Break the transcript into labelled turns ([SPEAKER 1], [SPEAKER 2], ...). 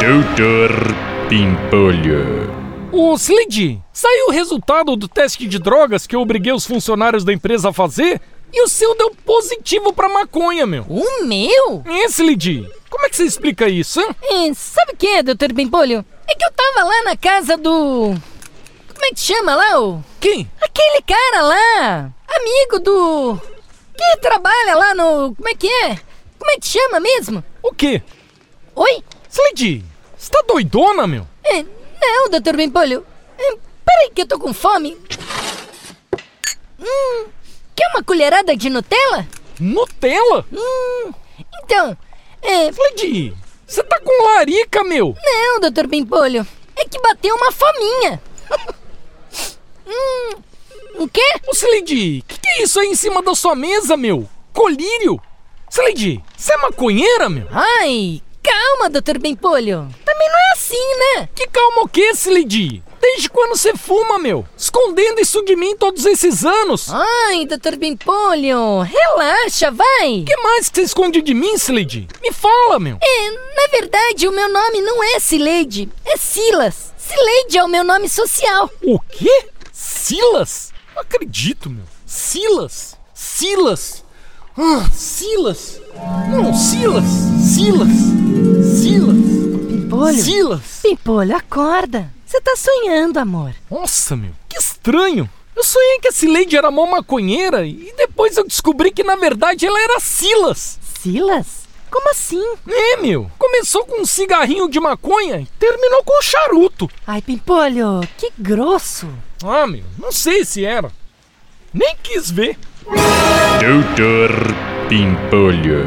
[SPEAKER 1] Doutor Pimpolho.
[SPEAKER 2] Ô, Slid, saiu o resultado do teste de drogas que eu obriguei os funcionários da empresa a fazer e o seu deu positivo pra maconha, meu.
[SPEAKER 3] O meu?
[SPEAKER 2] É, Slid, como é que você explica isso, hein?
[SPEAKER 3] É, sabe o que, doutor Bimpolho? É que eu tava lá na casa do. Como é que chama lá, o?
[SPEAKER 2] Quem?
[SPEAKER 3] Aquele cara lá! Amigo do. Que trabalha lá no. Como é que é? Como é que chama mesmo?
[SPEAKER 2] O quê?
[SPEAKER 3] Oi?
[SPEAKER 2] Slid, você tá doidona, meu?
[SPEAKER 3] É, não, doutor Bimpolho. É, peraí que eu tô com fome. Hum. Quer uma colherada de Nutella?
[SPEAKER 2] Nutella?
[SPEAKER 3] Hum. Então. É.
[SPEAKER 2] Slid, você tá com larica, meu.
[SPEAKER 3] Não, doutor Bimpolho. É que bateu uma faminha. hum. O quê?
[SPEAKER 2] Ô, Slid, o que, que é isso aí em cima da sua mesa, meu? Colírio? Slid, você é maconheira, meu?
[SPEAKER 3] Ai, calma, doutor Bimpolho. Também não é assim, né?
[SPEAKER 2] Que calma o quê, Slid? Desde quando você fuma, meu? Escondendo isso de mim todos esses anos? O
[SPEAKER 3] Ai, doutor Bimpolho, relaxa, vai.
[SPEAKER 2] que mais que você esconde de mim, Slid? Me fala, meu.
[SPEAKER 3] É, na verdade, o meu nome não é Sileide, é Silas. Sileide é o meu nome social.
[SPEAKER 2] O quê? Silas? Não acredito, meu. Silas? Silas? Ah, Silas? Não, Silas! Silas! Silas!
[SPEAKER 3] Bimpolho?
[SPEAKER 2] Silas!
[SPEAKER 3] Bimpolho, acorda. Você tá sonhando, amor.
[SPEAKER 2] Nossa, meu, que estranho! Eu sonhei que essa Lady era mó maconheira e depois eu descobri que na verdade ela era Silas!
[SPEAKER 3] Silas? Como assim?
[SPEAKER 2] É, meu! Começou com um cigarrinho de maconha e terminou com um charuto!
[SPEAKER 3] Ai, Pimpolho, que grosso.
[SPEAKER 2] Ah, meu, não sei se era. Nem quis ver.
[SPEAKER 1] Doutor Pimpolho.